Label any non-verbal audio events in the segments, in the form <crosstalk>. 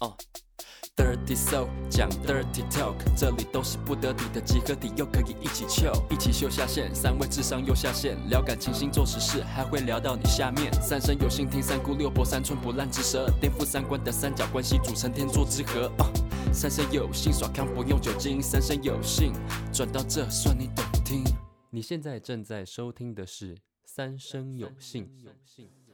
哦、Dirty Soul 讲 Dirty Talk，这里都是不得体的集合体，又可以一起秀，一起秀下限，三位智商又下线，聊感情、星座、时事，还会聊到你下面。三生有幸听三姑六婆，三寸不烂之舌，颠覆三观的三角关系组成天作之合。哦、三生有幸耍康不用酒精，三生有幸转到这算你懂听。你现在正在收听的是《三生有幸》。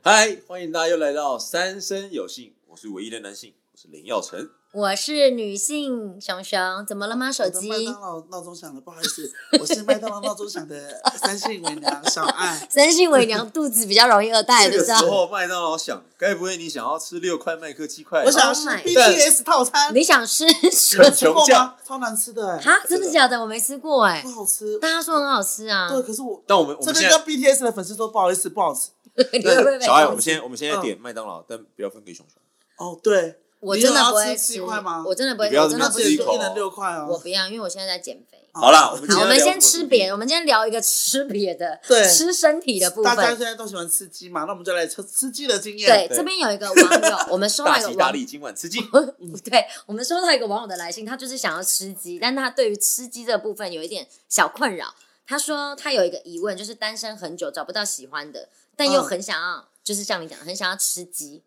嗨，欢迎大家又来到三生有幸，我是唯一的男性，我是林耀成。我是女性熊熊，怎么了吗？手我的机。麦当劳闹钟响了，不好意思， <laughs> 我是麦当劳闹钟响的三姓为娘小爱 <laughs> 三姓为娘肚子比较容易饿大，这对个不时对？候麦当劳想，该不会你想要吃六块麦克鸡块？我想要吃 my BTS 套餐，你想吃你们很说吃穷过酱吗？超难吃的、欸，哈？真的假的？我没吃过哎不，好吃。大家说很好吃啊。对，可是我但我们我这们边现跟在 BTS 的粉丝说不好意思，不好吃。你会不会被小爱，我攻们击现在我们现在嗯点麦当劳，但不要分给熊熊。哦，对，我你真的有要不会吃鸡块吗我真的不会，你不要我真的这不么吃一一行口一人六块我哦。不要，因为我现在在减肥。好啦，我们今好，天我们要聊先什么吃主题别，的，我们今天聊一个吃别的，对吃身体的部大家分现。在都喜欢吃鸡嘛，那我们就来吃吃鸡的经验。对，对这边有一个网友，我们收到大一个吉大网利，今晚 <laughs> 吃鸡。 <laughs> 对我们收到一个网友的来信，他就是想要吃鸡，但他对于吃鸡这部分有一点小困扰。他说他有一个疑问，就是单身很久找不到喜欢的，但又嗯很想要，就是像你讲，很想要吃鸡，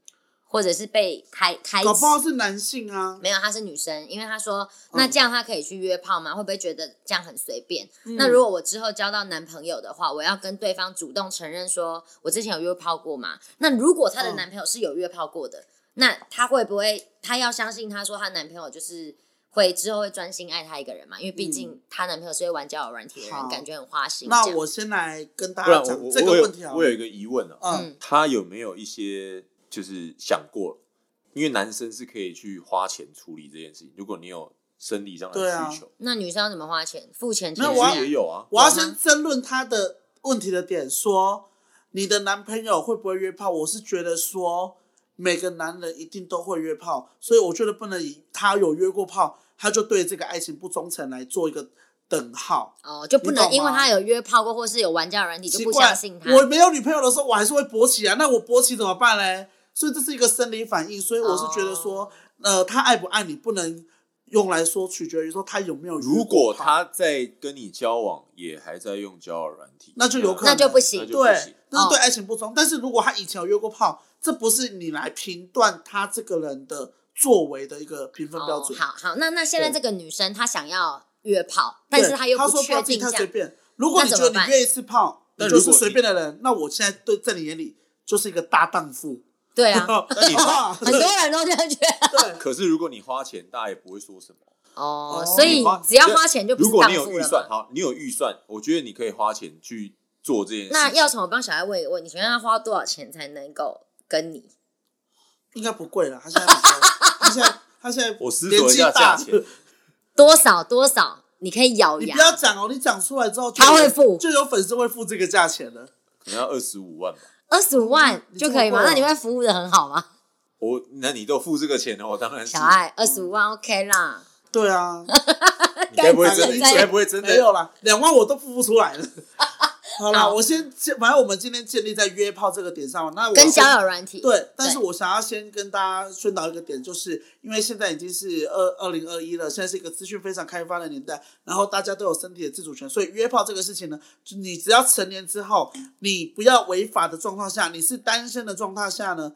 或者是被开开搞不好启。是男性啊。没有，她是女生，因为她嗯说那这样她可以去约炮吗？会不会觉得这样很随便？那嗯如果我之后交到男朋友的话，我要跟对方主动承认说我之前有约炮过嘛？那如果她的嗯男朋友是有约炮过的，那她会不会她要相信她说她男朋友就是会之后会专心爱她一个人嘛？因为毕竟她男朋友是会玩交友软体的人，嗯好感觉很花心这样。那我先来跟大不然家我讲我这个我有问题啊我。有一个疑问啊，嗯，嗯，他有没有一些就是想过？因为男生是可以去花钱处理这件事情，如果你有生理上对的啊需求，那女生要怎么花钱？付钱请没有人家？我要其实也有啊。我要有先吗争论他的问题的点，说你的男朋友会不会约炮？我是觉得说每个男人一定都会约炮，所以我觉得不能以他有约过炮，他就对这个爱情不忠诚来做一个等号。哦，就不你能懂因为吗她有约炮过或是有玩交友软体就奇不怪，相信她。我没有女朋友的时候，我还是会勃起啊，那我勃起怎么办嘞？所以这是一个生理反应，所以我是觉得说，哦呃，他爱不爱你不能用来说取决于说他有没有约过如果炮他在跟你交往，也还在用交友软体，那就有可那能就不嗯行那就不行对，那是对爱情不忠。但是如果他以前有约过炮，这不是你来评断他这个人的作为的一个评分标准。哦、好好，那那现在这对个女生她想要约炮，对，但是她又他不说确他自己定太这随样。便。如果你觉那得怎么办你约一次炮，那你如果就你是随便的人，那我现在对在你眼里就是一个大 <laughs> 荡妇。对 <laughs> 啊，那你花，很多人都这样觉得。对，可是如果你花钱，大家也不会说什么。哦， <laughs> 哦 <laughs> 所以你花只要花钱就不如是果荡你有妇预了算，嘛。好，你有预算，我觉得你可以花钱去做这件事情。那要什么？我帮小爱问一个问题，请问她花多少钱才能够跟你？应该不贵了。他现在很高，他现在他现在我思年索一纪下价大，钱。多少多少？你可以咬你牙不，要讲哦，你讲出来之后就他有会付就有粉丝会付这个价钱了。可能要二十五万吧。二十五万你就这么可以吗？贵哦那你会服务的很好吗？我那你都付这个钱了，我当然是小。爱，二十五万 OK 啦。对啊，你该不会该真的？该你该该不会真没有的？啦，两万我都付不出来了。好啦，好我先，反正我们今天建立在约炮这个点上，那我跟先交友软体，对，但是我想要先跟大家宣导一个点，就是因为现在已经是二二零二一了，现在是一个资讯非常开发的年代，然后大家都有身体的自主权，所以约炮这个事情呢，就你只要成年之后，嗯你不要违法的状况下，你是单身的状态下呢。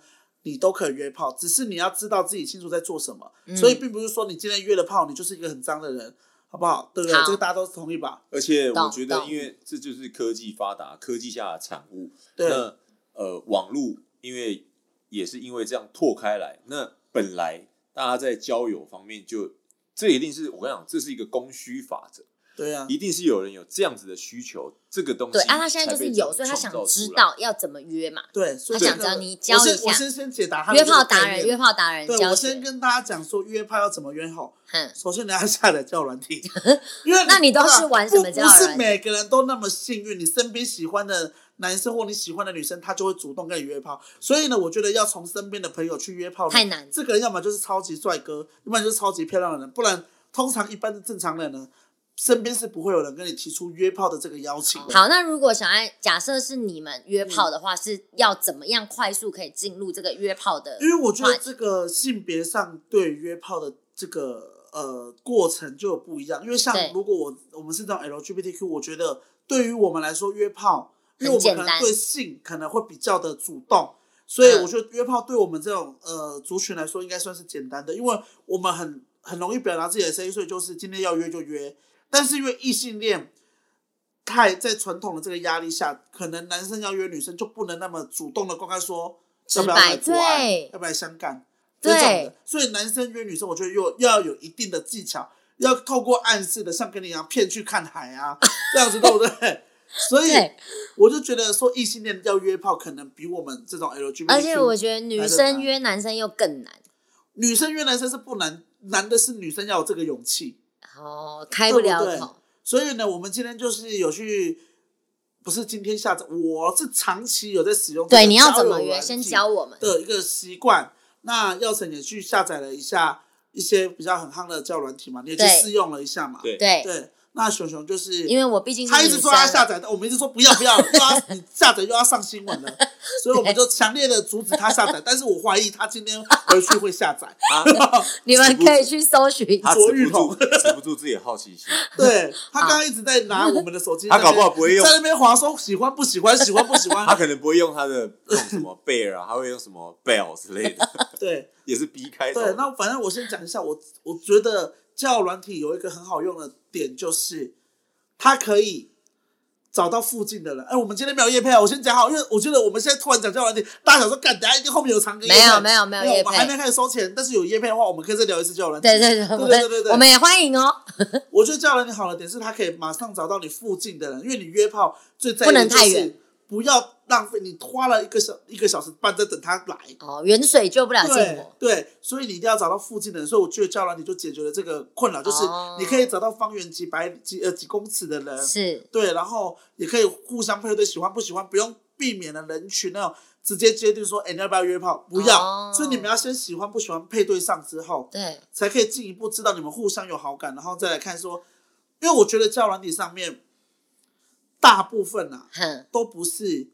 你都可以约炮，只是你要知道自己清楚在做什么，嗯所以并不是说你今天约了炮，你就是一个很脏的人，好不好？对不对？好这个大家都同意吧？而且我懂觉得，懂因为这就是科技发达，科技下的产物。对那呃，网络因为也是因为这样拓开来，那本来大家在交友方面就，这一定是我跟你讲，这是一个供需法则。对啊，一定是有人有这样子的需求，这个东西对啊，她现在才就被是这样有，所以她想创造出来知。道要怎么约嘛。对，所以他想这找个你教我一先我下先先解答他的约这个炮达概人，念约炮达人对，教我学先跟大家讲说约炮要怎么约好。哼，首先你要下载交友软 <laughs> 体，因为那你都是玩什么交友软体不不是每个人都那么幸运，你身边喜欢的男生或你喜欢的女生，他就会主动跟你约炮。所以呢，我觉得要从身边的朋友去约炮呢，太难这个人要么就是超级帅哥，要么就是超级漂亮的人，不然通常一般的正常人呢，身边是不会有人跟你提出约炮的这个邀请的。好，那如果想要假设是你们约嗯炮的话，是要怎么样快速可以进入这个约炮的？因为我觉得这个性别上对约炮的这个呃过程就有不一样，因为像对如果我我们是这种 LGBTQ，我觉得对于我们来说约炮，因为很我们简可能单对性可能会比较的主动，所以嗯我觉得约炮对我们这种呃族群来说应该算是简单的，因为我们很很容易表达自己的声音，所以就是今天要约就约。但是因为异性恋。太在传统的这个压力下，可能男生要约女生就不能那么主动的公开说直要不要白来国外对要不然相干，对这种的。所以男生约女生，我觉得又要有一定的技巧，要透过暗示的，像跟你一样骗去看海啊，这样子对不对？ <laughs> 所以对我就觉得说异性恋要约炮，可能比我们这种 LGBT，而且我觉得女生约男生又更难。女生约男生是不难，难的是女生要有这个勇气。哦，开不了对不口，所以呢，我们今天就是有去，不是今天下载，我是长期有在使用这个对，你要交友怎么约？软先体教我们。的一个习惯。那耀晨也去下载了一下一些比较很夯的交友软体嘛，你也去对试用了一下嘛。对对，对，那熊熊就是因为我毕竟是他一女直生说他下载，但我们一直说不要不要，又 <laughs> 要你下载又要上新闻了，所以我们就强烈的阻止他下载。但是我怀疑他今天回去会下载。他 <laughs> 你们可以去搜寻一下他卓止玉不彤住， <laughs> 止不住自己的好奇心， <laughs> 对他刚刚一直在拿我们的手机在他那边，搞不好不会用在那边划说喜欢不喜欢，喜欢不喜 <laughs> 欢。他可能不会用他的那种什么贝尔啊，他会用什么 bell 之类的， <laughs> 对也是 B 开头的。对，那反正我先讲一下，我我觉得交友软体有一个很好用的点，就是它可以找到附近的人。哎，我们今天没有叶配啊，我先讲好，因为我觉得我们现在突然讲交友软体，大家想说，干，等一下一定后面有长歌业配。没有没有没有业我们配还没开始收钱，但是有叶配的话，我们可以再聊一次交友软体。对对对，对我对对们对我们也欢迎哦。我觉得交友软体好的点是，它可以马上找到你附近的人，因为你约炮最在意不的能就太是远不要浪费，你花了一个小一个小时半在等他来。哦，远水救不了近对火。对，所以你一定要找到附近的人。所以我觉得教软体就解决了这个困扰，就是哦你可以找到方圆几百几呃几公尺的人，是，对，然后也可以互相配对，喜欢不喜欢，不用避免了人群那种直接接定说，哎，你要不要约炮？不要，哦所以你们要先喜欢不喜欢配对上之后，对，才可以进一步知道你们互相有好感，然后再来看说，因为我觉得教软体上面大部分啊哼，都不是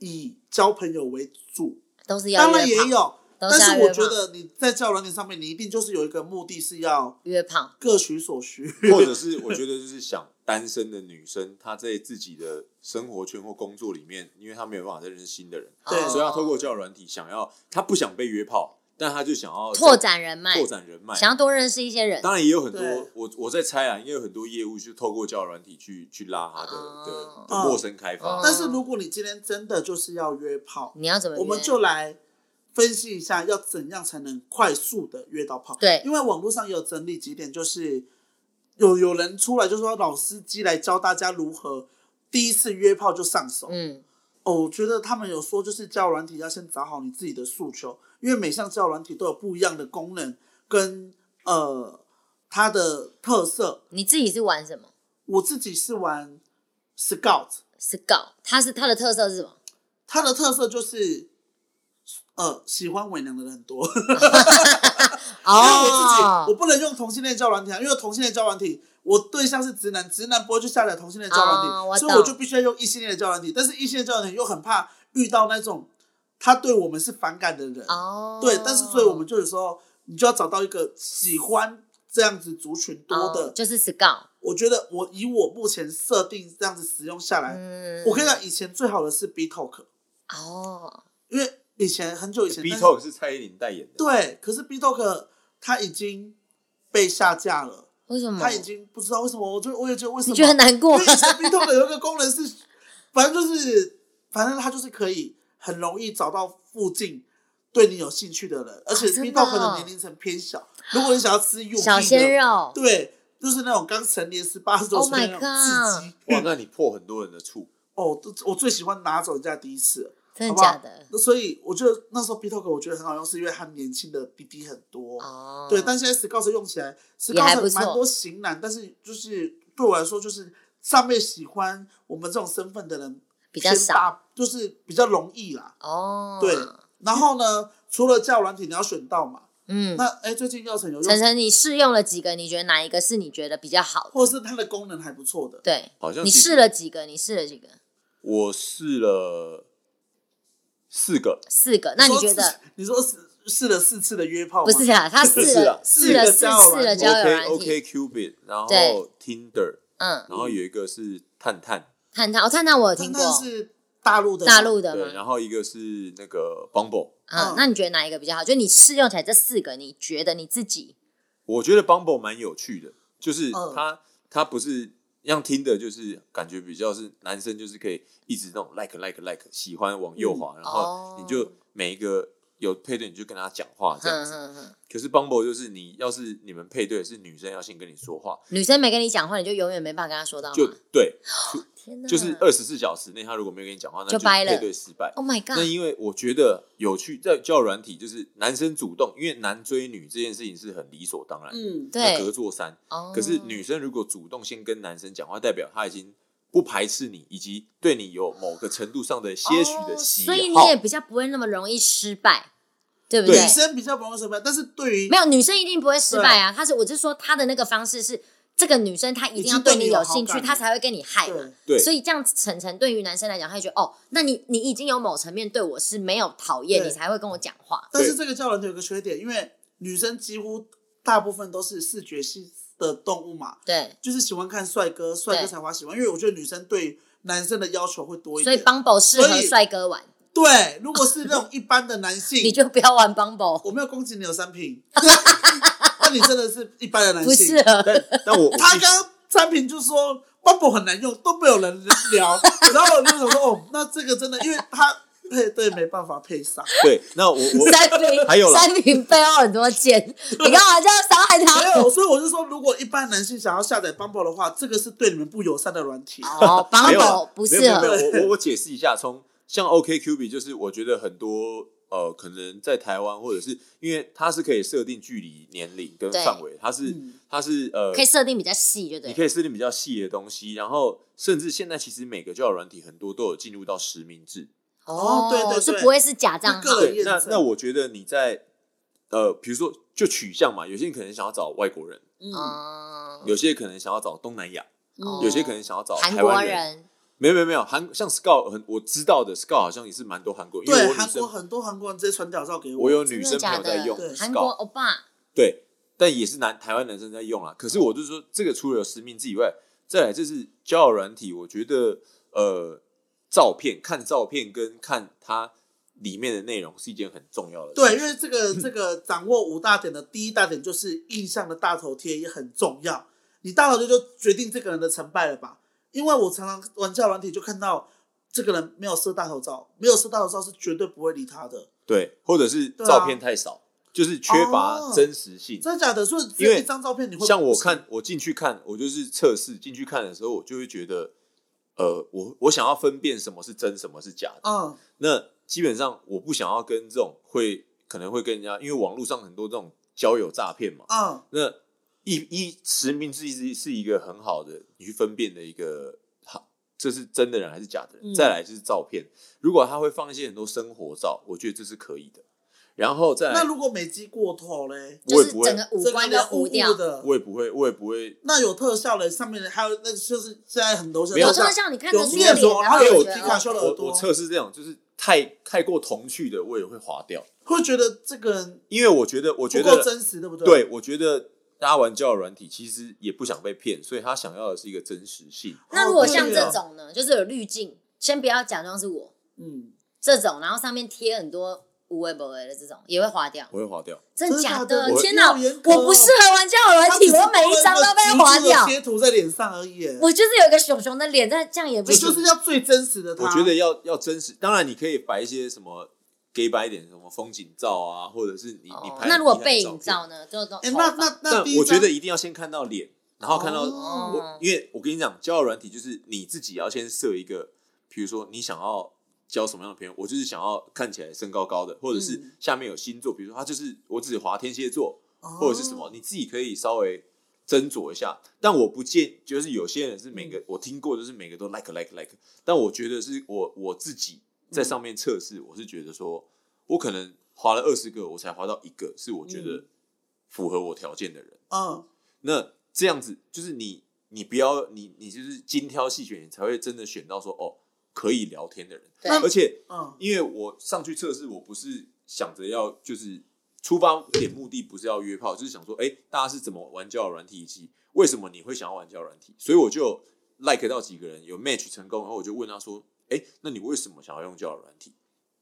以交朋友为主，都是要当约炮，然也有。都但要是约我炮觉得你在交友软件上面，你一定就是有一个目的是要约炮，各取所需， <laughs> 或者是我觉得就是想单身的女生，她在自己的生活圈或工作里面，因为她没有办法再认识新的人，对哦所以她透过交友软体想要，她不想被约炮，但她就想要拓展人脉，拓展人脉。想要多认识一些人。当然也有很多对，我我在猜啊，应该有很多业务就透过交友软体去去拉她的哦的的陌生开发哦。但是如果你今天真的就是要约炮，你要怎么约？我们就来分析一下要怎样才能快速的约到炮。对因为网络上也有整理几点，就是有有人出来就说老司机来教大家如何第一次约炮就上手。嗯，哦，我觉得他们有说，就是交友软体要先找好你自己的诉求，因为每项交友软体都有不一样的功能跟呃它的特色。你自己是玩什么我自己是玩 Scout， ？Scout，它是它的特色是什么？它的特色就是呃喜欢伪娘的人很多。 <laughs> 因为我自己我哦，不能用同性恋交友软体啊，因为同性恋交友软体，我对象是直男，直男不会去下载同性恋交友软体，哦我所以我懂就必须要用异性恋的交友软体。但是异性恋交友软体又很怕遇到那种他对我们是反感的人。哦，对，但是所以我们就有时候你就要找到一个喜欢这样子族群多的。哦就是 Scout，我觉得我以我目前设定这样子使用下来，嗯，我跟你讲，以前最好的是 B Talk，哦，因为以前很久以前 B 但是 Talk 是蔡依林代言的，对，可是 B Talk 它已经被下架了，为什么？它已经不知道为什么，我就我也觉得为什嗯么你觉得很难过因？为以前 B Talk 有一个功能是，反正就是，反正它就是可以很容易找到附近对你有兴趣的人，而且哦真 B 的 Talk 的年龄层偏小。如果你想要吃幼小鲜，肉，对，就是那种刚成年十八周 Oh 岁 my 那种刺激。哇，那你破很多人的处，哦，都我最喜欢拿走人家第一次了，真好的不好假的？那所以我觉得那时候 B Talk 我觉得很好用，是因为它年轻的 BB 很多。哦，对，但现在 Scout 用起来也还不，Scout 错蛮多型男，但是就是对我来说，就是上面喜欢我们这种身份的人比较偏少大，就是比较容易啦。哦，对，然后呢，除了交友软体，你要选到嘛，嗯，那哎，最近药城有晨用，晨，你试用了几个？你觉得哪一个是你觉得比较好的？或者是它的功能还不错的，对，好像你是试了几个？你试了几个？我试了四个，四个。那你说觉得？是？你说试试了四次的约炮吗不是啦，啊他试是啦了试了 <laughs> 四个四交友次的软体交友 OK 软 OK 体， Cupid，然后对 Tinder，嗯，然后有一个是探探，探探，哦，探探我有但听但过，是大陆的吗大陆的对，嘛，然后一个是那个 Bumble。嗯嗯，那你觉得哪一个比较好？就你试用起来这四个，你觉得你自己我觉得 Bumble 蛮有趣的，就是嗯它、它不是像听的，就是感觉比较是男生就是可以一直那种 like like like 喜欢往右滑，然后哦你就每一个有配对你就跟他讲话这样嗯子。嗯嗯，可是 Bumble 就是你要是你们配对是女生要先跟你说话，女生没跟你讲话，你就永远没办法跟她说到就话。对，天哪，就是二十四小时内他如果没有跟你讲话，那嗯就掰了配对失败。 Oh my 那 God，因为我觉得有趣，在交友软体就是男生主动，因为男追女这件事情是很理所当然，嗯，那隔对，座山。哦，可是女生如果主动先跟男生讲话，代表她已经不排斥你，以及对你有某个程度上的些许的啊哦喜所以你好。也比较不会那么容易失败，对不对女生比较不用什么，但是对于没有女生一定不会失败啊，她是我是说她的那个方式是。这个女生她一定要对你有兴已经对你有好趣，感了她才会跟你嗨嘛。对对，所以这样晨晨对于男生来讲，他会觉得哦，那你你已经有某层面对我是没有讨厌，对你才会跟我讲话。但是这个教人有个缺点，因为女生几乎大部分都是视觉系的动物嘛，对，就是喜欢看帅哥，帅哥对才花喜欢。因为我觉得女生对男生的要求会多一所以点。 Bumble 适所合以帅哥玩，对，如果是那种一般的男性，你就不要玩 Bumble，我没有攻击你有三瓶， <laughs> 那你真的是一般的男不性适。合。但但我我他必须刚刚三瓶就说 Bumble 很难用，都没有人聊， <laughs> 然后我就想说哦，那这个真的，因为他 <laughs> 配对没办法配上。对，那我我 <laughs> 三瓶，还有啦三瓶背后很 <laughs> 多剑，你干嘛这样伤害没他？有，所以我是说，如果一般男性想要下载 Bumble 的话，这个是对你们不友善的软体。哦没有啦，Bumble 不没适有没有合。没有我我我解释一下，从像 OK Q B 就是我觉得很多呃，可能在台湾或者是因为它是可以设定距离、年龄跟对范围，它是嗯它是呃可以设定比较细，就对你了。可以设定比较细的东西，然后甚至现在其实每个交友软体很多都有进入到实名制。哦对对对就不会是假账那号个。对，验那证那我觉得你在呃，比如说就取向嘛，有些人可能想要找外国人，嗯，哦，有些可能想要找东南亚，哦有些可能想要找韩台国湾。人，没有没有没有，韩像 Scout 很我知道的 Scout 好像也是蛮多韩国，因为对，我女韩国生很多韩国人直接传屌照给我。我有真女的生朋假友在用对的？韩国 Scout，欧巴，对，但也是男台湾男生在用啦。可是我就是说，这个除了有实名制以外，再来就是交友软体，我觉得呃，照片看照片跟看它里面的内容是一件很重要的事。对，因为这个这个掌握五大点的第一大点就是印象的大头贴也很重要，你大头贴就决定这个人的成败了吧？因为我常常玩教软体就看到这个人没有设大头照，没有设大头照是绝对不会理他的，对，或者是对啊照片太少，就是缺乏哦真实性。真的假的？所以只因有为一张照片你会像我看，我进去看，我就是测试进去看的时候，我就会觉得，呃，我我想要分辨什么是真，什么是假的。嗯那基本上我不想要跟这种会可能会跟人家，因为网络上很多这种交友诈骗嘛。嗯那一一实名制是是一个很好的你去分辨的一个好，这是真的人还是假的人。嗯再来就是照片，如果他会放一些很多生活照，我觉得这是可以的。然后再来那，如果美肌过头嘞，我就也是不会整，个五这个官人都家糊雾掉雾。的，我也不会，我也不会。那有特效嘞，上面还有那个就是现在很流行没有的有特特效，效，你看得出有面脸，膜然后还有就皮觉卡得丘哦的我耳朵我测试这种就是太太过童趣的，我也会划掉，会觉得这个人因为我觉得我觉不得够真实，对不对？对，我觉得大家玩交友软体其实也不想被骗，所以他想要的是一个真实性。那如果哦像对这啊种呢，就是有滤镜，先不要假装是我嗯，这种，然后上面贴很多无微不微的这种，也会划掉。我会划掉。真的假真的假的的？天哪，我没有严格我不适合玩交友软体，我每一张都被划掉。贴图在脸上而已耶。我就是有一个熊熊的脸，但这样也不你行。就是要最真实的他。我觉得要要真实，当然你可以摆一些什么 gay 白一点什么风景照啊，或者是你你哦拍那如果背你影拍的照呢？就都哎、头那发那那第但一我觉张得一定要先看到脸，然后看到、哦我，因为我跟你讲，交友软体就是你自己要先设一个，比如说你想要交什么样的朋友，我就是想要看起来身高高的，或者是嗯下面有星座，比如说他就是我只滑天蝎座，或者是什哦么，你自己可以稍微斟酌一下。但我不建，就是有些人是每个、嗯我听过，就是每个都 like like like，但我觉得是我我自己在上面测试，我是觉得说我可能划了二十个，我才划到一个是我觉得符合我条件的人。嗯，那这样子就是你，你不要你你就是精挑细选，你才会真的选到说哦可以聊天的人。对而且嗯，因为我上去测试，我不是想着要就是出发点目的不是要约炮，就是想说，哎、大家是怎么玩交友软体以及为什么你会想要玩交友软体？所以我就 like 到几个人有 match 成功，然后我就问他说，哎、那你为什么想要用交友软体？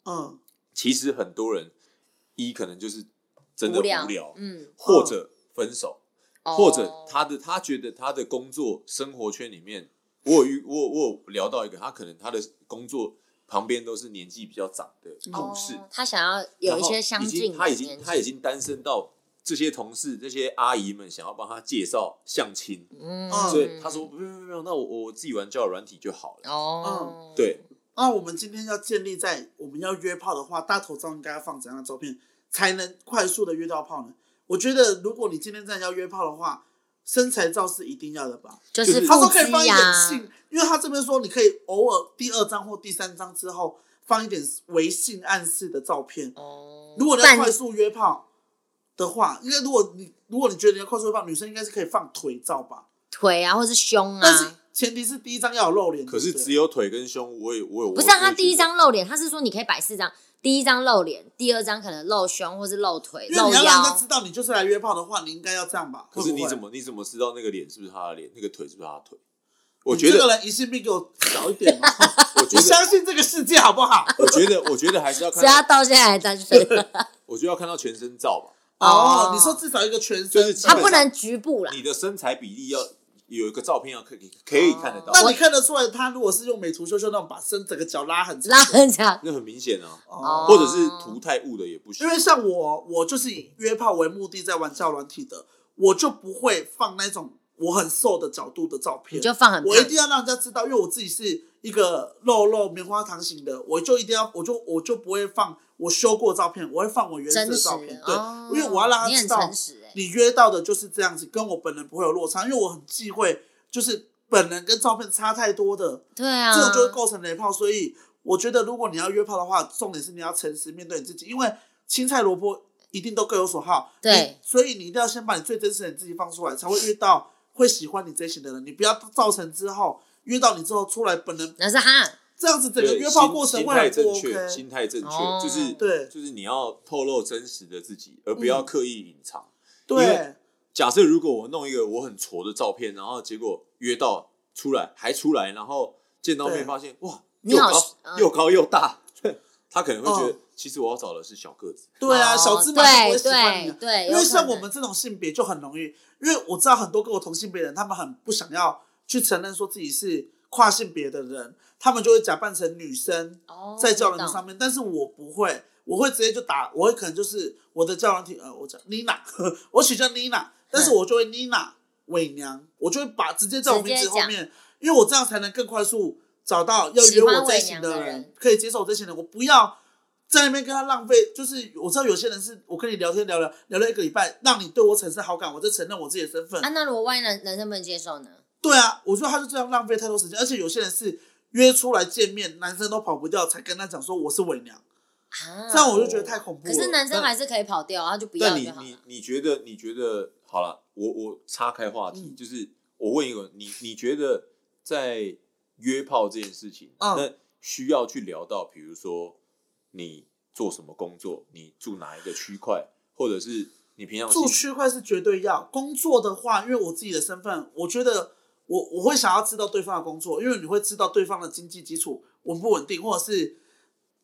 嗯，其实很多人一可能就是真的无聊，无聊，嗯，或者分手，或者哦他的他觉得他的工作生活圈里面，我有遇我我有聊到一个，他可能他的工作旁边都是年纪比较长的同事，哦他想要然有一后些相已经近的他已年经纪，他已经单身到这些同事这些阿姨们想要帮他介绍相亲，嗯，嗯所以他说没有没有没有，那我我自己玩交友软体就好了。哦，对，那我们今天要建立在我们要约炮的话，大头照应该要放怎样的照片才能快速的约到炮呢？我觉得如果你今天真的要约炮的话，身材照是一定要的吧？就就是是他腹说可以放肌啊一呀、点性，因为他这边说你可以偶尔第二张或第三张之后放一点为性暗示的照片。哦，如果你要半快速约炮的话，应该如果你如果你觉得你要快速约炮，女生应该是可以放腿照吧？腿啊，或是胸但是啊。前提是第一张要有露脸。可是只有有腿跟胸，我也我有不是啊，我也他第一觉得张露脸，他是说你可以摆四张，第一张露脸，第二张可能露胸或是露腿、因为露你要让人家腰知。道你就是来约炮的话，你应该要这样吧？可是你会不会怎？么你怎么知道那个脸是不是他的脸，那个腿是不是他的腿？我你觉这得个人疑心病给我小一点嘛！ <laughs> <laughs> 我觉你得 <laughs> 相信这个世界好不好？我觉得我觉得还是要所以他看到，到现在还单身， <laughs> 我觉得要看到全身照吧。哦，你说至少一个全就身是，基他本不能局部啦。你的身材比例要有一个照片要可以可以看得到，哦那你看得出来，他如果是用美图秀秀那种把身整个脚拉很长拉很长，那很明显啊。哦哦或者是图太雾的也不行因，为像我，我就是以约炮为目的在玩交友软体的，我就不会放那种我很瘦的角度的照你片，就放很我胖一定要让人家知道，因为我自己是一个肉肉棉花糖型的，我就一定要，我就我就不会放我修过照片，我会放我原始真的实照片，，对，哦因为我要让他你知很道诚实哎，你约到的就是这样子，跟我本人不会有落差，因为我很忌讳就是本人跟照片差太多的，对啊，这种就会构成雷炮。所以我觉得，如果你要约炮的话，重点是你要诚实面对你自己，因为青菜萝卜一定都各有所好。对你所以你一定要先把你最真实的你自己放出来，才会遇到会喜欢你这型的人。你不要造成之后约到你之后出来，本人那是哈，这样子整个对，约炮心过程心会态很不正确， OK。心态正确哦，就是对就是你要透露真实的自己，而不要刻意嗯隐藏。因对啊为，假设如果我弄一个我很挫的照片，然后结果约到出来还出来，然后见到对面发现哇，你又好高嗯又高又大， <laughs> 他可能会觉哦得其实我要找的是小个子。对啊，哦小芝麻是不对会喜欢你的啊对，对，因为有可像能我们这种性别就很容易，因为我知道很多跟我同性别人，他们很不想要去承认说自己是跨性别的人，他们就会假扮成女生哦在交友软件懂上面，但是我不会，我会直接就打，我会可能就是我的交友软体，呃，我叫 Nina，我 <laughs> 取叫 Nina，但是我就会 Nina 伪娘，我就会把直接在我名字后嗯直面，因为我这样才能更快速找到要约喜欢我这伪型娘的人人，可以接受我这型人，我不要。在那边跟他浪费，就是我知道有些人是我跟你聊天聊聊聊了一个礼拜，让你对我产生好感，我就承认我自己的身份。啊，那如果万一男男生不能接受呢？对啊，我觉得他就这样浪费太多时间，而且有些人是约出来见面，男生都跑不掉，才跟他讲说我是伪娘，啊，这样我就觉得太恐怖可了。是男生那还是可以跑掉，然后就不要但你就好你了。你觉得你觉得好了，我我岔开话题，嗯就是我问一个，你你觉得在约炮这件事情，嗯那需要去聊到，比如说你做什么工作，你住哪一个区块，或者是你平常住兴趣区块是绝对要，工作的话，因为我自己的身份，我觉得我我会想要知道对方的工作，因为你会知道对方的经济基础稳不稳定，或者是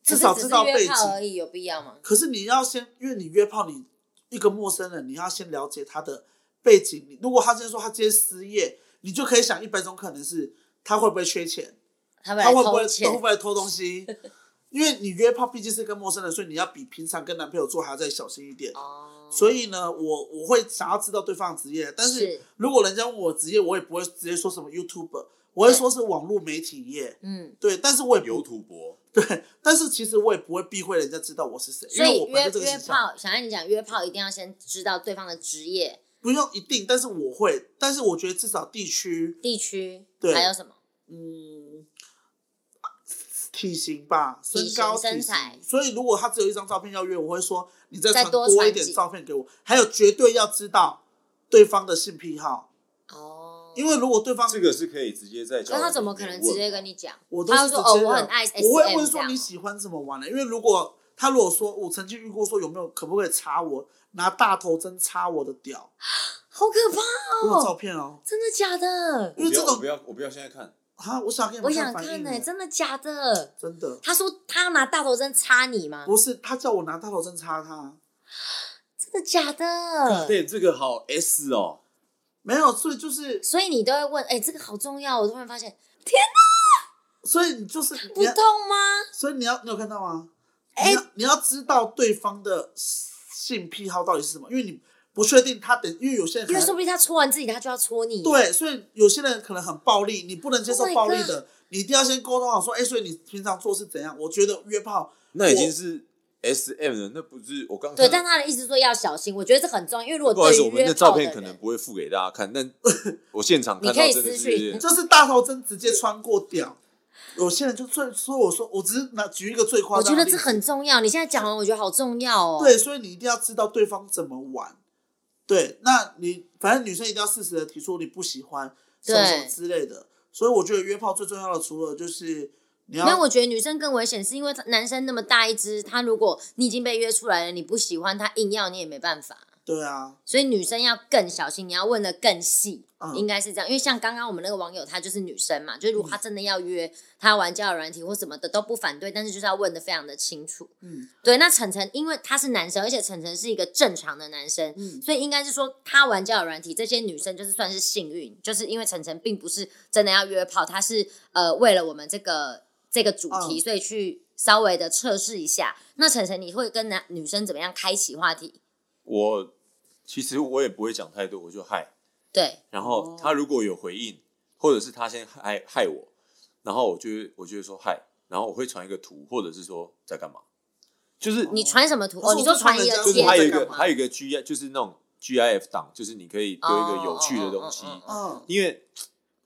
至少可知是只是道背约景炮。而已，有必要吗？可是你要先，因为你约炮，你一个陌生人，你要先了解他的背景。你如果他今天说他今天失业，你就可以想一百种可能是他会不会缺钱，他他来会不会偷会钱不会偷东西？ <laughs> 因为你约炮毕竟是跟陌生人，所以你要比平常跟男朋友做还要再小心一点。哦，所以呢，我我会想要知道对方的职业，但是是如果人家问我职业，我也不会直接说什么 YouTuber，我会对说是网络媒体业。嗯，对，但是我也有不土博，对，但是其实我也不会避讳人家知道我是谁，因所为以我本约来就这个约形象炮，想让你讲约炮，一定要先知道对方的职业、不用一定，但是我会，但是我觉得至少地区，地区，对还有什么嗯，体型吧，身体型高、身体型材所以如果他只有一张照片要约，我会说你再再传多多一传点几照片给我。还有绝对要知道对方的性癖好，哦，因为如果对方这个是可以直接在交那友他软怎体么里可能面直问接嘛跟你讲？我都他是就说直哦，接我的很爱 S 我会 M 问这说样你哦。喜欢怎么玩的、因为如果他如果说我曾经遇过说有没有可不可以插我，拿大头针插我的屌，好可怕我有照哦！片哦，真的假的？我不因为要这种我不要我不要现在看，啊，我想给你我们想反应看呢、欸真的假的？真的他说他要拿大头针插你吗？不是他叫我拿大头针插他，真的假的？对这个好 S 哦，没有，所以就是所以你都会问，哎、这个好重要。我突然发现，所以你就是不你要，痛吗？所以你要你有看到吗？哎你要你要知道对方的性癖好到底是什么，因为你不确定他等，因为有些人可因为说能不定他戳完自己，他就要戳你。，对，所以有些人可能很暴力，你不能接受 Oh my 暴力的，你一定要先沟通好，说，哎、所以你平常做是怎样？我觉得约炮，那已经是 S M 了，那不是我刚对，看但他的意思说要小心，我觉得这很重要，因为如果不好意对思，我于们约的炮照的片可能人，不会附给大家看，但 <laughs> 我现场看你可到以真的私讯是就是大头针直接穿过屌。有些人就最所以我说，我只是拿举一个最夸我张觉得的例子，这很重要。你现在讲完，我觉得好重要哦。对，所以你一定要知道对方怎么玩。对，那你反正女生一定要适时的提出你不喜欢什么什么对之类的。所以我觉得约炮最重要的，除了就是你要没有，我觉得女生更危险，是因为他男生那么大一只，他如果你已经被约出来了，你不喜欢他硬要，你也没办法。对啊，所以女生要更小心，你要问的更细，嗯应该是这样。因为像刚刚我们那个网友，她就是女生嘛，就是嗯如果她真的要约，她要玩交友软体或什么的都不反对，但是就是要问的非常的清楚。嗯对，那晨晨因为他是男生，而且晨晨是一个正常的男生，嗯所以应该是说他玩交友软体，这些女生就是算是幸运，就是因为晨晨并不是真的要约炮，他是呃为了我们这个这个主题，嗯所以去稍微的测试一下。那晨晨，你会跟男女生怎么样开启话题？我其实我也不会讲太多，我就嗨，对，然后哦他如果有回应，或者是他先害害我，然后我就会我就会说嗨，然后我会传一个图，或者是说在干嘛，就是你传什么图？可哦，是我你说就传看一人就个家贴是还有一着干个嘛还有一个 G I 就是那种 G I F 档，就是你可以丢一个有趣的东西，哦哦哦哦哦嗯，因为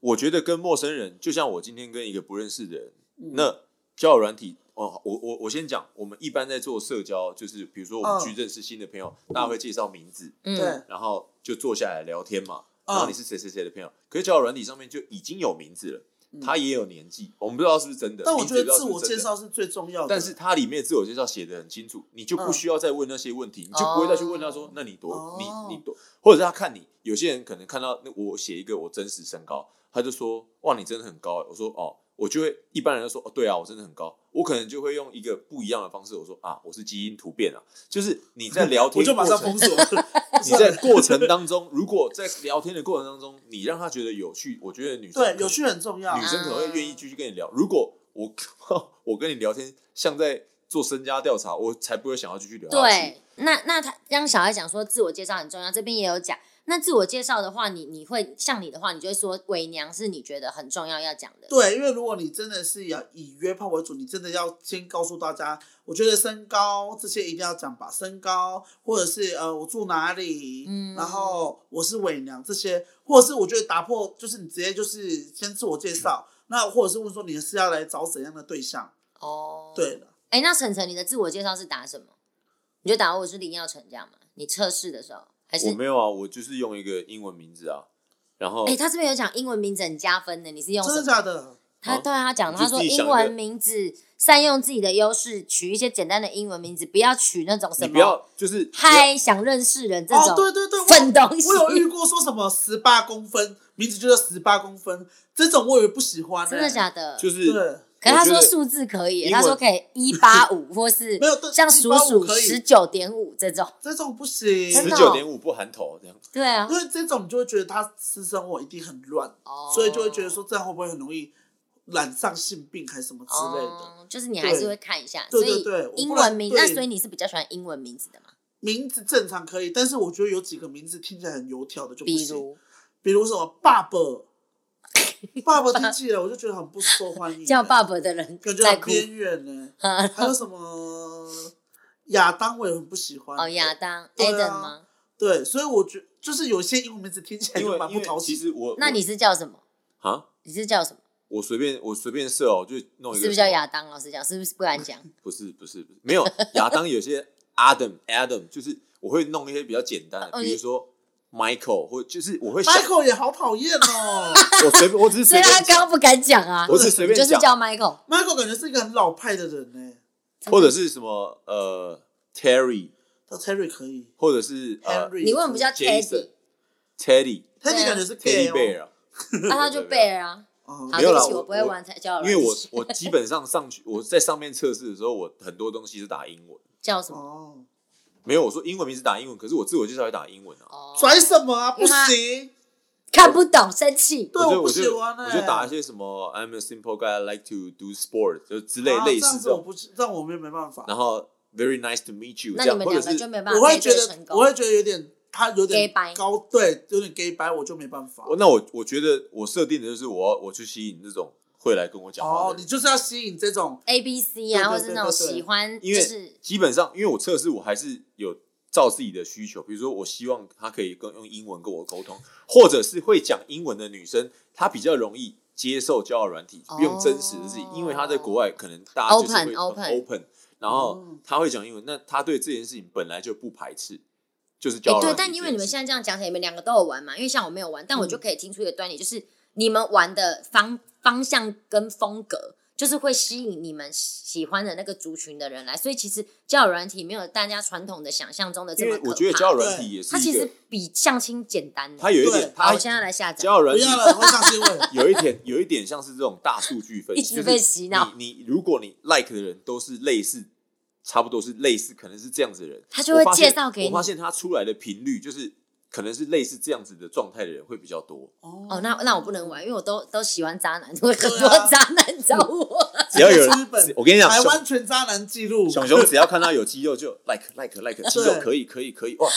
我觉得跟陌生人，就像我今天跟一个不认识的人，嗯那交友软体哦，我我我先讲，我们一般在做社交，就是比如说嗯我们去认识新的朋友，大家会介绍名字，嗯，对，然后就坐下来聊天嘛，嗯然后你是谁谁谁的朋友，可是交友软体上面就已经有名字了，嗯他也有年纪，我们不知道是不是真的，但我名字觉也不知道得自是不我是真介的绍是最重要的。但是它里面自我介绍写的很清楚，你就不哦嗯需要再问那些问题，你就不会再去问他说，那你多，哦你你多，或者是他看你，有些人可能看到那我写一个我真实身高，他就说哇你真的很高欸，我说哦，我就会一般人都说哦对啊我真的很高，我可能就会用一个不一样的方式，我说啊我是基因突变啊，就是你在 <laughs> 聊天我就马过上程封锁。你在过程当中，如果在聊天的过程当中，你让他觉得有趣，我觉得女生对，可有能趣很重要女。生可能会愿嗯意继续跟你聊。如果我 <laughs> 我跟你聊天像在做身家调查，我才不会想要继续聊下去。对，那那他让小孩讲说自我介绍很重要，这边也有讲。那自我介绍的话，你你会像你的话，你就会说伪娘是你觉得很重要要讲的。对，因为如果你真的是要以约炮为主，你真的要先告诉大家，我觉得身高这些一定要讲吧，身高或者是呃我住哪里，嗯然后我是伪娘这些，或者是我觉得打破就是你直接就是先自我介绍，那或者是问说你是要来找怎样的对象，哦，对。的，哎，那晨晨，你的自我介绍是打什么？你就打我是林耀成这样吗？你测试的时候还是我？没有啊，我就是用一个英文名字啊，然后哎，他这边有讲英文名字很加分的，你是用真什的么？假的？他啊对啊他讲，你他就说自己英想一文个名字，善用自己的优势，取一些简单的英文名字，不要取那种什你不么要就是不要嗨想认识人这哦，种对对对，我粉东西。我有遇过说什么十八公分，名字就叫十八公分，这种我以为不喜欢、欸，真的假的？就是对。可是他说我觉得数字可以，英文他说可以一八五或是没有对像数185数可以十九点五这种，这种不行，真十的九哦点五不含头这 <laughs> 样。对啊因，为这种你就会觉得他私生活一定很乱，哦所以就会觉得说这样会不会很容易染上性病还是什么之类的？哦就是你还是会看一下，对所以对对我不英文名，然那对所以你是比较喜欢英文名字的嘛？名字正常可以，但是我觉得有几个名字听起来很油条的就不比行，如比如什么 <laughs> 爸爸，爸爸听起来我就觉得很不受欢迎、叫爸爸的人感觉在很哭，边缘呢。 <laughs> 哦还有什么亚当，我也很不喜欢。哦哦亚当对啊 Adam 吗？对，所以我觉就是有些英文名字听起来因就为蛮因不为讨喜。其实我那你是叫什么？啊，你是叫什么？我随便我随便设哦，就弄一是个不是叫亚当？老师讲，是不是不敢 <laughs> 讲？不是不是不是，没有亚当有些 Adam <laughs> Adam，就是我会弄一些比较简单哦的，比如你说 Michael 或就是我会想， Michael 也好讨厌哦我随便我只是所随以他便刚刚讲，不敢讲啊，我只是随你就便是讲，叫 Michael， ，Michael 感觉是一个很老派的人呢、或者是什么呃 Terry，到 Terry 可以或者是呃，Henry 你为什么不叫 Jason <laughs> Teddy？ Teddy 呃 Teddy 感觉是 gay Teddy 哦贝尔啊，那他就贝尔啊。哦好，没有对啦不起，我我不会我玩才叫，因为我我基本上上去我在上面测试的时候，我很多东西是打英文，叫什么？哦，没有我说英文名字打英文，可是我自我介绍也打英文啊。哦，拽什么啊？不因为他行，看不懂，生气。对，我就不我喜就欢欸我就打一些什么 I'm a simple guy, I like to do sport 就之类啊类这样似子这我种，不这样我们也没办法，然后 Very nice to meet you 那这样，你们或两者个就是没有办法我会配觉对得成功。我会觉得有点他有点 gay 掰高，对，有点 gay 白，我就没办法。我那我我觉得我设定的就是我要我去吸引这种会来跟我讲话哦，的你人，就是要吸引这种 A B C 对对啊，或是那种对对对喜欢，因为就是基本上因为我测试我还是有照自己的需求，比如说我希望他可以跟用英文跟我沟通，或者是会讲英文的女生，她比较容易。接受交友软体，哦用真实的自己，因为她在国外可能大家就是会 Open，很哦 open 嗯 open，然后她会讲英文，那她对这件事情本来就不排斥，就是交哎，友对软，体但因为这件你们事现在这样讲起来，你们两个都有玩嘛？因为像我没有玩，但我嗯就可以听出一个端倪，就是你们玩的方方向跟风格，就是会吸引你们喜欢的那个族群的人来。所以其实交友软体没有大家传统的想象中的这因么为可怕。我觉得交友软体也是它其一个实，比相亲简单的。它有一对点，好，它我现在来下载。交友软不体要了，我上新闻。有一点， <laughs> 有一点像是这种大数据分析，一直被洗脑就是你你如果你 like 的人都是类似，差不多是类似，可能是这样子的人，他就会我发现介绍给你我发现他出来的频率就是可能是类似这样子的状态的人会比较多。哦 <laughs> 哦，那那我不能玩，因为我都都喜欢渣男， <laughs> 会很多对啊渣男嗯找我。 <laughs> 只要有人日本，我跟你讲，台湾熊全渣男记录，熊熊只要看到有肌肉就 like like like，肌肉可以可以可以，哇，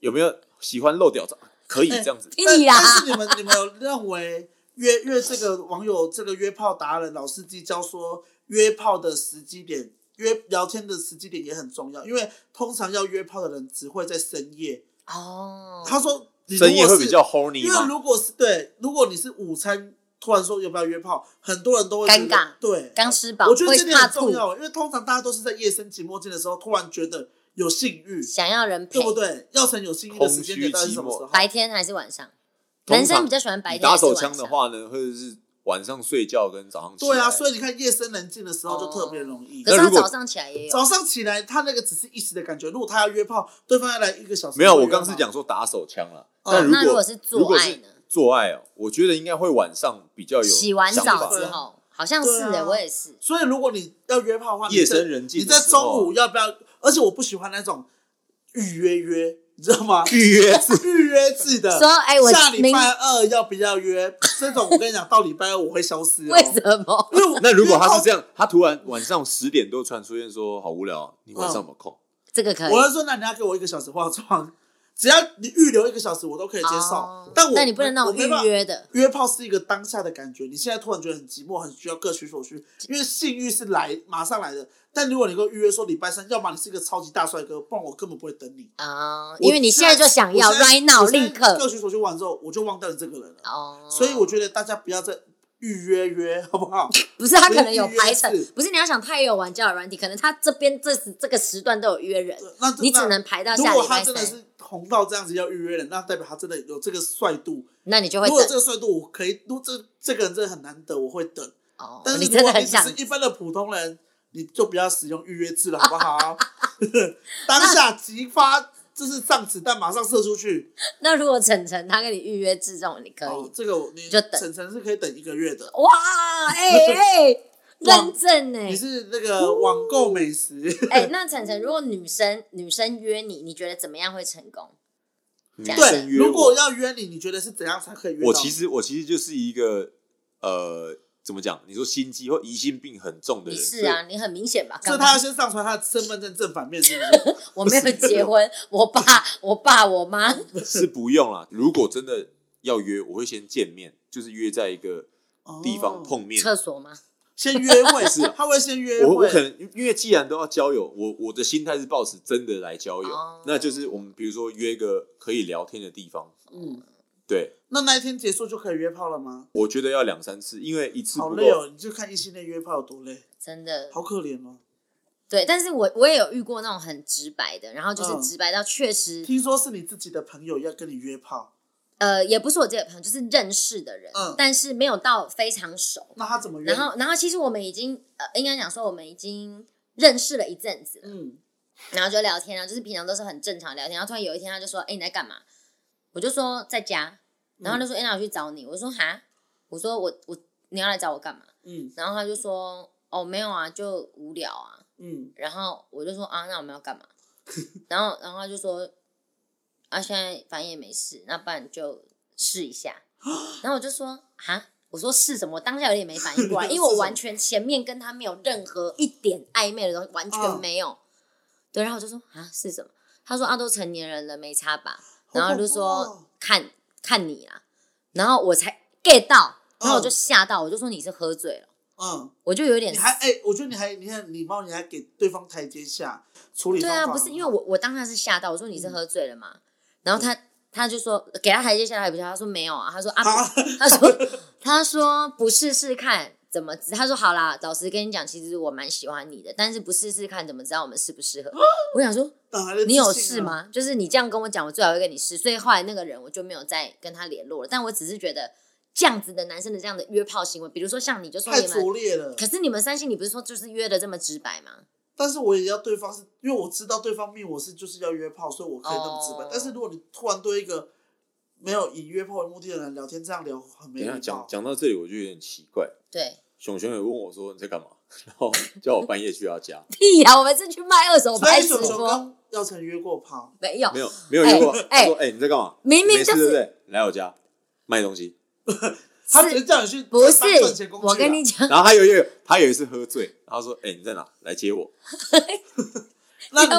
有没有喜欢露屌照？啊可以哎这样子，但屁啦！但是你们你们有认为约约这个网友这个约炮达人老司机教说约炮的时机点，约聊天的时机点也很重要，因为通常要约炮的人只会在深夜。哦，他说你如果深夜会是比较 horny 因为吗？如果是对，如果你是午餐突然说有没有约炮，很多人都会觉得尴尬对，刚吃饱我觉得会这点怕很重吐，要，因为通常大家都是在夜深寂寞静的时候，突然觉得有性欲，想要人陪对。不对？要成有性欲的时间点到底是什么时候？白天还是晚上？通常男生比较喜欢白你天。打手枪的，话呢，或者是晚上睡觉跟早上起对啊，来所以你看夜深人静的时候就特别容易。哦可是那他如果早上起来也有。早上起来，他那个只是一时的感觉。如果他要约炮，对方要来一个小时，没有，会我约吗刚是讲说打手枪了。哦但那如如果果是如做果爱是呢？做爱哦，我觉得应该会晚上比较有洗完想澡法之对 <laughs> 啊后，好像是对哎，啊我也是。所以如果你要约炮的话，夜你在深人静你的在时候中午要不要？而且我不喜欢那种预约约，你知道吗？预约制 <laughs> 预约制的，说哎，我下礼明拜二要不要约？这种我跟你讲，到礼拜二我会消 <laughs> 失、哦。为什么？因为我那如果他是样，这样，他突然晚上十点多突然出现说好无聊啊，你晚上有没有空？这个可以我。会说，那你要给我一个小时化妆，只要你预留一个小时，我都可以接受。哦但我但你不能那我种没办法预约的。约炮是一个当下的感觉，你现在突然觉得很寂寞，很需要各取所需，因为性欲是来马上来的。但如果你跟我预约说礼拜三，要么你是一个超级大帅哥，不然我根本不会等你。啊，我因为你现在就想要我现在，right now，我现在立刻各。取所需完之后，我就忘掉你这个人了。哦，所以我觉得大家不要再预约约，好不 <laughs> 好？不是他可能有排程所以预约制，不是你要想他也有玩交友软体，可能他这边这时这个时段都有约人，那那你只能排到啊如下果礼他拜真的三，是红到这样子要预约了，那代表他真的有这个帅度。那你就会如果这等。个帅度我可以，如果这这个人真的很难得，我会等。哦但，是你如真果的很你只想是一般的普通人，你就不要使用预约制了，好 <laughs> 不好？ <laughs> 当下即发，就是上子弹马上射出去。那如果晨晨他跟你预约制这种，你可以、哦，这个我你就等晨晨是可以等一个月的。哇， <laughs> 哎、哎、认证呢、你是那个网购美食，哎、那晨晨，如果女生女生约你，你觉得怎么样会成功？女假设对生，约如果我，要约你，你觉得是怎样才可以约到？我其实我其实就是一个呃，怎么讲？你说心机或疑心病很重的你人，是啊，你很明显吧？所干以他嘛要先上传他的身份证正反面，是不是？我没有结婚，我爸、我爸、我妈，所以是不用啦。如果真的要约，我会先见面，就是约在一个 <laughs> 地哦方碰面，厕所吗？先约会，他会先约我我会可。能因为既然都要交友，我我的心态是抱持真的来交友，哦那就是我们比如说约一个可以聊天的地方，嗯，对，那那一天结束就可以约炮了吗？我觉得要两三次，因为一次好不累够。哦，你就看异性恋约炮有多累，真的好可怜哦。对。但是我我也有遇过那种很直白的，然后就是嗯直白到确实，听说是你自己的朋友要跟你约炮，呃，也不是我这个朋友，就是认识的人，嗯但是没有到非常熟。那他怎么约？然后，然后其实我们已经呃，应该讲说我们已经认识了一阵子了，嗯，然后就聊天啊，就是平常都是很正常聊天。然后突然有一天，他就说：“哎、你在干嘛？”我就说在家，然后他就说：“哎、那我去找你。”我说：“哈，我说我我你要来找我干嘛嗯？”然后他就说：“哦，没有啊，就无聊啊。”嗯，然后我就说啊，那我们要干嘛？ <laughs> 然后，然后他就说啊，现在反正也没事，那不然就试一下。然后我就说啊，我说是什么？我当下有点没反应过 <laughs> 来，因为我完全前面跟他没有任何一点暧昧的东西，完嗯全没有。对，然后我就说啊，是什么？他说啊，都成年人了，没差吧？好然后就恐怖哦说看看你啊，然后我才 get 到，然后我就吓到，我就说你是喝醉了，嗯，我就有点你还哎、我觉得你还你很礼貌，你还给对方台阶下，处理对啊，方法不是因为我我当下是吓到，我说你嗯是喝醉了嘛，然后他他就说给他台阶下，他也不下，他说没有啊，他说啊， <laughs> 啊不他说 <laughs> 他说不试试看怎么知，他说好啦，老实跟你讲，其实我蛮喜欢你的，但是不试试看怎么知道我们适不适合？我想说哪啊来的自信啊你有事？吗？就是你这样跟我讲，我最好会跟你试，所以后来那个人我就没有再跟他联络了，但我只是觉得。这样子的男生的这样的约炮行为，比如说像你就说太你们，拙劣了。可是你们三星，你不是说就是约的这么直白吗？但是我也要对方是，因为我知道对方命我是就是要约炮，所以我可以那么直白。哦但是如果你突然对一个没有以约炮为目的的人聊天，这样聊很没等一礼下貌。讲讲到这里，我就有点奇怪。对，熊熊也问我说你在干嘛，然后叫我半夜去他家，屁啊呀、我们是去卖二手所牌以直熊熊播，跟耀成约过炮，没有没，有没有约过。哎他说：“哎，你在干嘛？明明没就事对不是对？来我家卖东西。”他只是叫你去不当赚是钱工具啊我跟你讲，然后他有一个他有一次喝醉，然后说：“哎，你在哪？来接我。因那你知道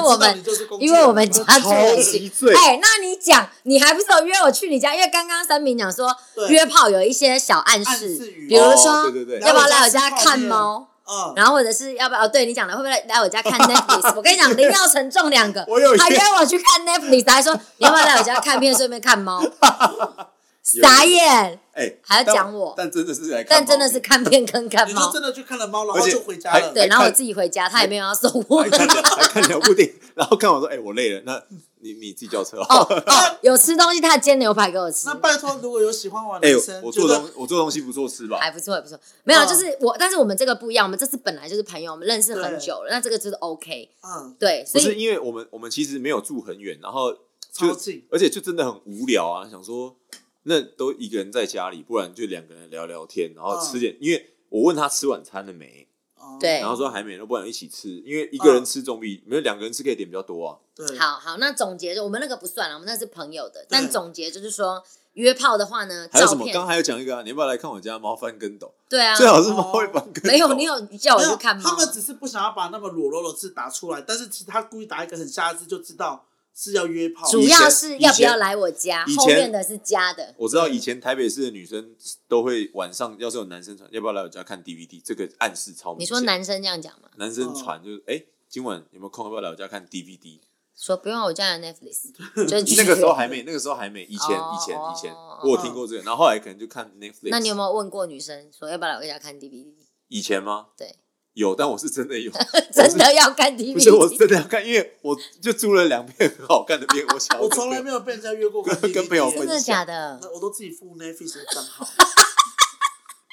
为我们你就是工具因人为我们家嘛住的啊超级近醉，哎、那你讲，你还不是有约我去你家？因为刚刚三明讲说对约炮有一些小暗暗示，示语比如说、哦对对对要不要来我家看猫，嗯，然后或者是要不要？哦，对你讲了，会不会来来我家看 Netflix？我跟你讲，林耀成中两个我有，约他约我去看 Netflix，还说你要不要来我家看片，顺便看猫，傻眼，哎，还要但讲我但真的是来看但猫咪，真的是看片跟看你猫就。真的去看了猫，然而后且就回家了。对，还然后我看自己回家，他也没有要送我还。看了还看了部电影，然后看我说：“哎，我累了，那你你自己叫车。” <laughs> 哦哦，有吃东西，他煎牛排给我吃那，拜托，如果有喜欢我的哎男生，，我觉做得东我做东西不做吃吧。还不错，还不错。没嗯有，哦就是我，但是我们这个不一样，我们这次本来就是朋友，我们认识很久了，那这个就是 OK。嗯，对，不所是以因为我们我们其实没有住很远，然后就超近，而且就真的很无聊啊，想说那都一个人在家里，不然就两个人聊聊天，然后嗯吃点。因为我问他吃晚餐了没，哦对嗯然后说还没，那不然一起吃，因为一个人吃总比没有两个人吃可以点比较多啊。对，好好，那总结就我们那个不算了，我们那是朋友的。但对总结就是说，约炮的话呢，还有照什么？刚片还有讲一个啊，你要不要来看我家猫翻跟斗？对啊，哦最好是猫会翻跟斗。没有你有叫我没去有，看他猫，们只是不想要把那么裸露的字打出来，但是其实他故意打一个很瞎的字，就知道是要约炮。主要是以前要不要来我家以，前后面的是家的。我知道以前台北市的女生都会晚上，要是有男生传，要不要来我家看 DVD？这个暗示超明你显。说男生这样讲吗？男生传就是哎、今晚有没有空？要不要来我家看 DVD？说不用我 <laughs> 家的 Netflix，就是拒绝那个时候还没，那个时候还没，以前哦以前哦以前哦，我有听过这个，然后后来可能就看 Netflix。那你有没有问过女生说要不要来我家 <laughs> 看 DVD？以前吗？对， <laughs> 有，但我是真的有，真的要看 DVD？不是我是真的要看，因为我就租了两片很好看的片，我想 <laughs> 要我从来跟没有被人家约过看跟 DVD 跟朋友真分的假的？那我都自己付 Netflix 的账 <laughs> 号，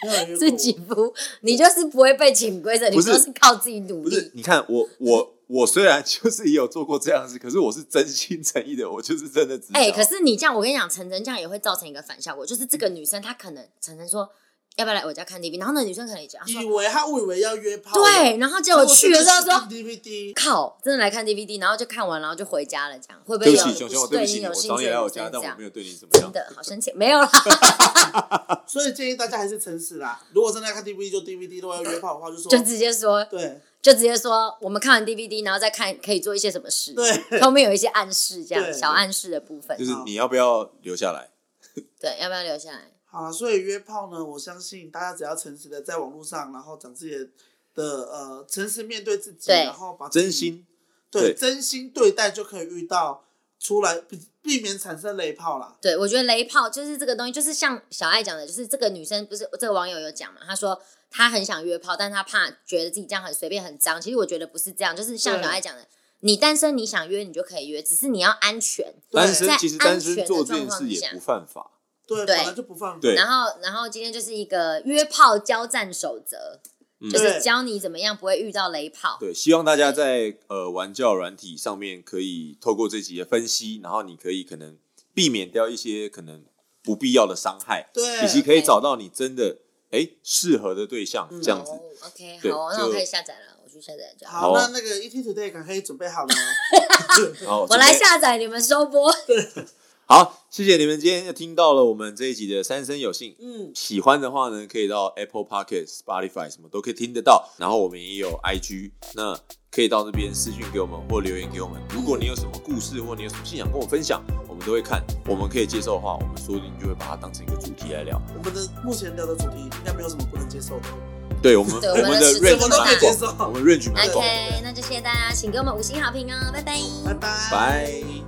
没有人约过自我己不，你就是不会被潜规则，你不是都是靠自己努不是力，。你看我我我虽然就是也有做过这样的事，可是我是真心诚意的，我就是真的只想哎、可是你这样，我跟你讲，晨晨这样也会造成一个反效果，就是这个女生她可能晨晨说要不要来我家看 DVD，然后那女生可能也讲她以说为他误以为要约炮，对，然后结结果果去了之后真的是说看 DVD，靠，真的来看 DVD，然后就看完，然后就回家了，这样会不会对有不起，熊熊，我对不你起你，有我兴找趣你的来我女家，生但这我样没？有对你怎么真样。的好生气，没有啦， <laughs> 所以建议大家还是诚实啦。如果真的要看 DVD 就 DVD，如果要约炮的话就说就直接说，对就直接说，我们看完 DVD，然后再看可以做一些什么事，对后面有一些暗示，这样对小暗示的部分，就是你要不要留下来？对，要不要留下来？ <laughs> 好啦，所以约炮呢，我相信大家只要诚实的在网络上，然后讲自己的的呃诚实面对自己，对然后把自己真心对对真心对待，就可以遇到出来，避避免产生雷炮啦。对，我觉得雷炮就是这个东西，就是像小爱讲的，就是这个女生不是这个网友有讲嘛，她说她很想约炮，但她怕觉得自己这样很随便很脏。其实我觉得不是这样，就是像对小爱讲的，你单身你想约你就可以约，只是你要安全。单对身嗯在其实安单身全的做这状件况事之也下不犯法，对，对本来就不放。对然后，然后今天就是一个约炮交战守则，嗯就是教你怎么样不会遇到雷炮。对，希望大家在呃玩教软体上面可以透过这集的分析，然后你可以可能避免掉一些可能不必要的伤害，对，以及可以 OK 找到你真的哎适合的对象，嗯这样子。哦，OK，对好哦，就那我可以下载了，我去下载就好。好好，啊那那个 ET Today 可可以准备好了哦。然后我准来备下载，你们收播。好，谢谢你们今天听到了我们这一集的三生有幸。嗯，喜欢的话呢，可以到 Apple Podcast、Spotify 什么都可以听得到。然后我们也有 IG，那可以到这边私讯给我们或留言给我们。如果你有什么故事或你有什么信仰跟我分享，我们都会看。我们可以接受的话，我们说不定就会把它当成一个主题来聊。我们的目前聊的主题应该没有什么不能接受的，对我们，对我我们们的的尺度 range 都大蛮接受广，我们 range 蛮广。 OK，那就谢谢大家，请给我们五星好评哦，拜拜拜拜。拜。